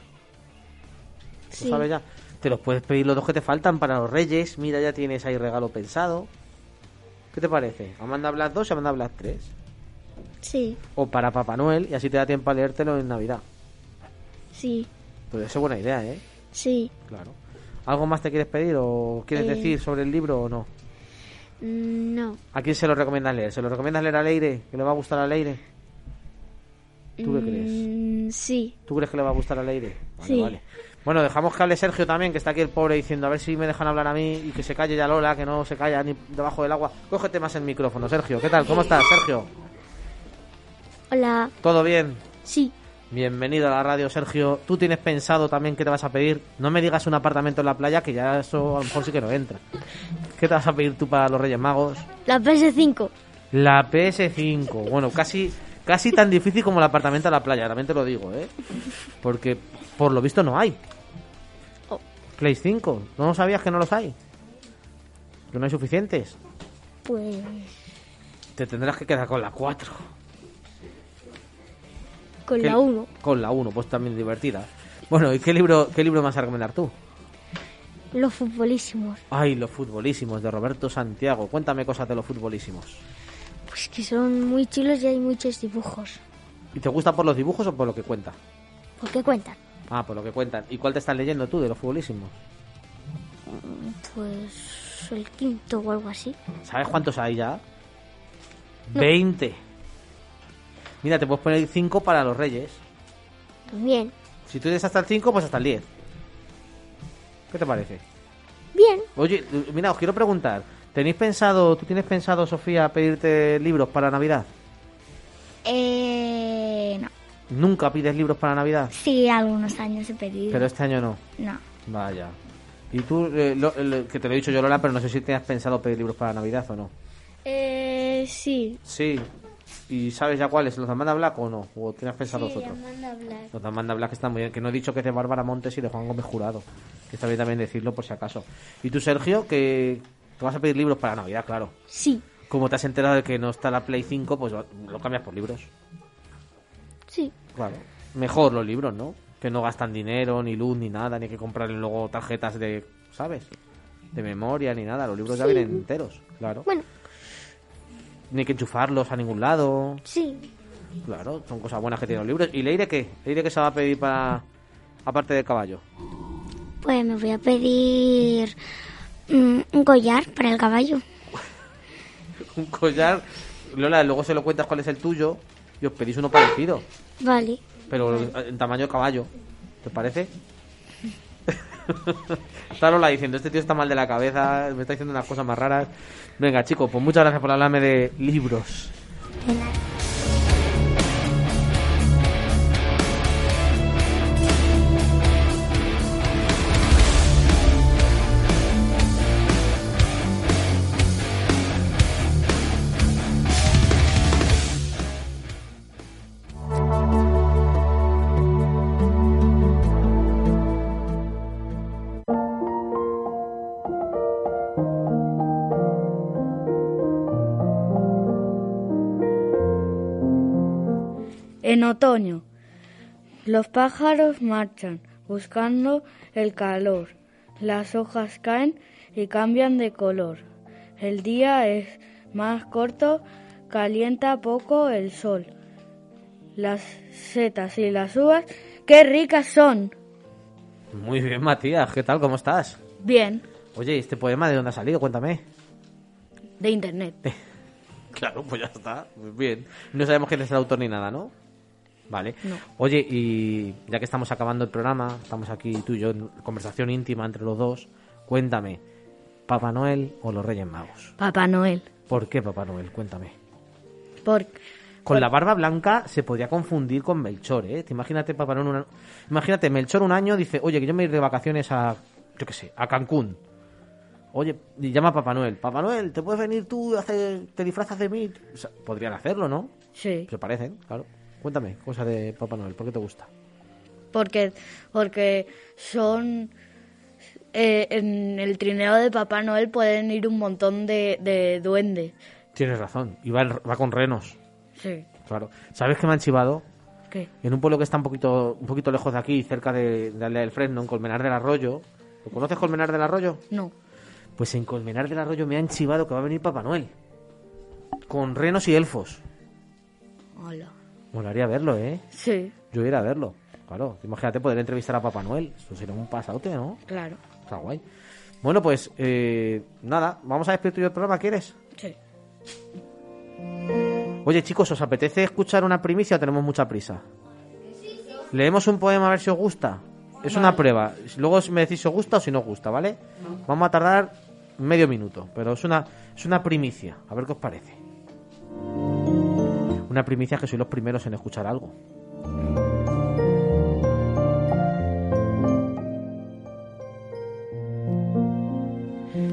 Speaker 4: ¿Lo
Speaker 5: Sí.
Speaker 4: sabes ya? Te los puedes pedir los dos que te faltan para los reyes. Mira, ya tienes ahí regalo pensado. ¿Qué te parece? Amanda Black 2 y Amanda Black 3.
Speaker 5: sí,
Speaker 4: O para Papá Noel y así te da tiempo a leértelo en Navidad.
Speaker 5: sí,
Speaker 4: Pues eso es buena idea, ¿eh?
Speaker 5: sí.
Speaker 4: Claro. ¿Algo más te quieres pedir o quieres
Speaker 5: Eh.
Speaker 4: decir sobre el libro o no?
Speaker 5: Mm, No.
Speaker 4: ¿A quién se lo recomiendas leer? ¿Se lo recomiendas leer a Leire? ¿Que le va a gustar a Leire? ¿Tú qué crees?
Speaker 5: Mm, Sí,
Speaker 4: ¿Tú crees que le va a gustar a Leire? Vale,
Speaker 5: Sí.
Speaker 4: vale. Bueno, dejamos que hable Sergio también, que está aquí el pobre diciendo a ver si me dejan hablar a mí y que se calle ya Lola, que no se calla ni debajo del agua. Cógete más el micrófono, Sergio. ¿Qué tal? ¿Cómo estás, Sergio?
Speaker 12: Hola.
Speaker 4: ¿Todo bien?
Speaker 12: Sí.
Speaker 4: Bienvenido a la radio, Sergio. ¿Tú tienes pensado también qué te vas a pedir? No me digas un apartamento en la playa, que ya eso a lo mejor sí que no entra. ¿Qué te vas a pedir tú para los Reyes Magos?
Speaker 1: La PS5.
Speaker 4: La PS5. Bueno, casi, casi tan difícil como el apartamento en la playa, también te lo digo, ¿eh? Porque por lo visto no hay.
Speaker 1: Oh.
Speaker 4: Play 5. ¿No sabías que no los hay? Que no hay suficientes.
Speaker 1: Pues.
Speaker 4: Te tendrás que quedar con la 4.
Speaker 1: Con
Speaker 4: ¿Qué-
Speaker 1: la 1.
Speaker 4: Con la 1, pues también divertida. Bueno, ¿y qué libro, qué libro me vas a recomendar tú?
Speaker 1: Los futbolísimos.
Speaker 4: Ay, Los futbolísimos de Roberto Santiago. Cuéntame cosas de los futbolísimos.
Speaker 1: Pues que son muy chulos y hay muchos dibujos.
Speaker 4: ¿Y te gusta por los dibujos o por lo que cuenta?
Speaker 1: ¿Por qué cuentan?
Speaker 4: Ah, por lo que cuentan. ¿Y cuál te estás leyendo tú de los futbolísimos?
Speaker 1: Pues el quinto o algo así.
Speaker 4: ¿Sabes cuántos hay ya?
Speaker 1: No.
Speaker 4: 20. Mira, te puedes poner 5 para los Reyes.
Speaker 1: También.
Speaker 4: Si tú tienes hasta el 5, pues hasta el 10. ¿Qué te parece?
Speaker 1: Bien.
Speaker 4: Oye, eh, mira, os quiero preguntar. ¿Tenéis pensado, tú tienes pensado, Sofía, pedirte libros para Navidad?
Speaker 13: Eh, no.
Speaker 4: ¿Nunca pides libros para Navidad?
Speaker 13: Sí, algunos años he pedido.
Speaker 4: Pero este año no.
Speaker 13: No.
Speaker 4: Vaya. Y tú, eh, lo- lo- que te lo he dicho yo, Lola, pero no sé si tenías pensado pedir libros para Navidad o no.
Speaker 14: Eh, sí.
Speaker 4: Sí. ¿Y sabes ya cuáles? ¿Los manda Black o no? ¿O tenías pensado
Speaker 14: Sí,
Speaker 4: vosotros?
Speaker 14: Amanda Black.
Speaker 4: Los manda Black están muy bien. Que no he dicho que es de Bárbara Montes y de Juan Gómez Jurado. Que está bien también decirlo por si acaso. ¿Y tú, Sergio, que te vas a pedir libros para Navidad, claro?
Speaker 1: Sí.
Speaker 4: Como te has enterado de que no está la Play 5, pues lo cambias por libros.
Speaker 1: Sí.
Speaker 4: Claro. Mejor los libros, ¿no? Que no gastan dinero, ni luz, ni nada, ni hay que comprarle luego tarjetas de, ¿sabes? De memoria, ni nada. Los libros ya
Speaker 1: Sí.
Speaker 4: vienen enteros, claro.
Speaker 1: Bueno.
Speaker 4: Ni hay que enchufarlos a ningún lado.
Speaker 1: Sí.
Speaker 4: Claro, son cosas buenas que tienen los libros. ¿Y Leire qué? ¿Leire qué se va a pedir para... aparte de caballo?
Speaker 15: Pues me voy a pedir mm, un collar para el caballo.
Speaker 4: Un collar. Lola, luego se lo cuentas cuál es el tuyo y os pedís uno parecido,
Speaker 15: Vale.
Speaker 4: pero eh, en tamaño caballo. ¿Te parece? está Lola diciendo, este tío está mal de la cabeza, me está diciendo unas cosas más raras. Venga, chicos, pues muchas gracias por hablarme de libros.
Speaker 5: En otoño, los pájaros marchan buscando el calor. Las hojas caen y cambian de color. El día es más corto, calienta poco el sol. Las setas y las uvas, qué ricas son.
Speaker 4: Muy bien, Matías, ¿qué tal? ¿Cómo estás?
Speaker 5: Bien,
Speaker 4: Oye, ¿y este poema de dónde ha salido? Cuéntame.
Speaker 5: de internet.
Speaker 4: Claro, pues ya está. Muy bien. No sabemos quién es el autor ni nada, ¿no? Vale.
Speaker 5: No.
Speaker 4: Oye, y ya que estamos acabando el programa, estamos aquí tú y yo en conversación íntima entre los dos, cuéntame, ¿Papá Noel o los Reyes Magos?
Speaker 5: Papá Noel.
Speaker 4: ¿Por qué Papá Noel? Cuéntame.
Speaker 5: Por...
Speaker 4: Con la barba blanca se podría confundir con Melchor, ¿eh? Te Imagínate, Papá Noel, una- imagínate, Melchor un año dice, oye, que yo me iré de vacaciones a, yo qué sé, a Cancún. Oye, y llama a Papá Noel. Papá Noel, ¿te puedes venir tú? hacer- ¿Te disfrazas de mí? O sea, podrían hacerlo, ¿no?
Speaker 5: Sí,
Speaker 4: Se parecen, claro. Cuéntame, cosa de Papá Noel, ¿por qué te gusta?
Speaker 5: porque, porque son... eh, en el trineo de Papá Noel pueden ir un montón de, de duendes.
Speaker 4: Tienes razón, y va, en- va con renos,
Speaker 5: Sí.
Speaker 4: claro. ¿Sabes qué me han chivado?
Speaker 5: ¿Qué?
Speaker 4: En un pueblo que está un poquito, un poquito lejos de aquí, cerca de, de Aldea del Fresno, en Colmenar del Arroyo. ¿Lo conoces Colmenar del Arroyo?
Speaker 5: No.
Speaker 4: Pues en Colmenar del Arroyo me han chivado que va a venir Papá Noel. Con renos y elfos.
Speaker 5: Hola.
Speaker 4: Molaría verlo, ¿eh?
Speaker 5: Sí,
Speaker 4: Yo iría a verlo. Claro, imagínate poder entrevistar a Papá Noel. Eso sería un pasaute, ¿no?
Speaker 5: claro.
Speaker 4: Está guay. Bueno, pues eh, nada, vamos a despedir tú y yo el programa, ¿quieres?
Speaker 5: Sí.
Speaker 4: Oye, chicos, ¿os apetece escuchar una primicia o tenemos mucha prisa? Leemos un poema a ver si os gusta. Es una prueba. Luego me decís si os gusta o si no os gusta, ¿vale? Vamos a tardar medio minuto, pero es una, es una primicia. A ver qué os parece. Una primicia es que sois los primeros en escuchar algo.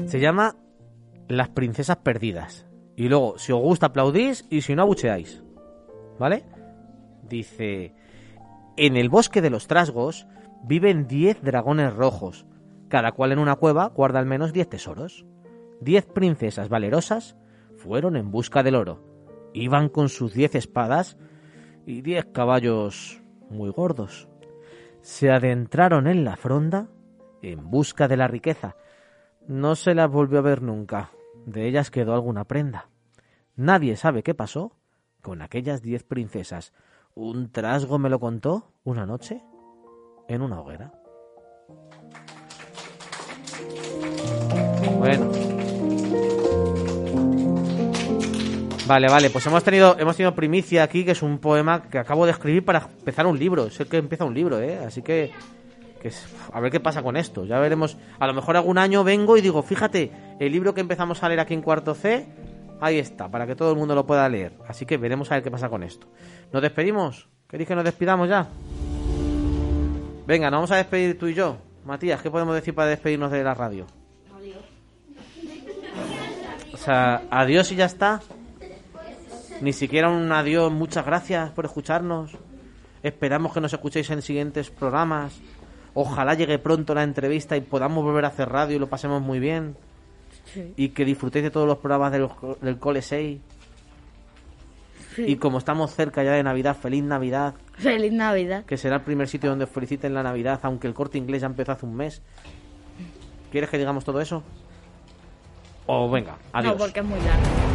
Speaker 4: Se llama Las Princesas Perdidas. Y luego, si os gusta, aplaudís y si no, abucheáis. ¿Vale? Dice, en el bosque de los trasgos viven 10 dragones rojos. Cada cual en una cueva guarda al menos 10 tesoros. 10 princesas valerosas fueron en busca del oro. Iban con sus 10 espadas y 10 caballos muy gordos. Se adentraron en la fronda en busca de la riqueza. No se las volvió a ver nunca. De ellas quedó alguna prenda. Nadie sabe qué pasó con aquellas diez princesas. Un trasgo me lo contó una noche en una hoguera. Bueno. Vale, vale, pues hemos tenido, hemos tenido primicia aquí, que es un poema que acabo de escribir para empezar un libro. Sé que empieza un libro, ¿eh? Así que, que es- a ver qué pasa con esto. Ya veremos. A lo mejor algún año vengo y digo, fíjate, el libro que empezamos a leer aquí en cuarto C, ahí está, para que todo el mundo lo pueda leer. Así que veremos a ver qué pasa con esto. ¿Nos despedimos? ¿Queréis que nos despidamos ya? Venga, nos vamos a despedir tú y yo. Matías, ¿qué podemos decir para despedirnos de la radio? O sea, adiós y ya está. Ni siquiera un adiós, muchas gracias por escucharnos. Esperamos que nos escuchéis en siguientes programas. Ojalá llegue pronto la entrevista y podamos volver a hacer radio y lo pasemos muy bien. Y que disfrutéis de todos los programas de los co- del Cole 6. Y como estamos cerca ya de Navidad, feliz Navidad,
Speaker 16: Feliz Navidad.
Speaker 4: que será el primer sitio donde os feliciten la Navidad, aunque el corte inglés ya empezó hace un mes. ¿Quieres que digamos todo eso? O venga, adiós.
Speaker 16: No, porque es muy largo.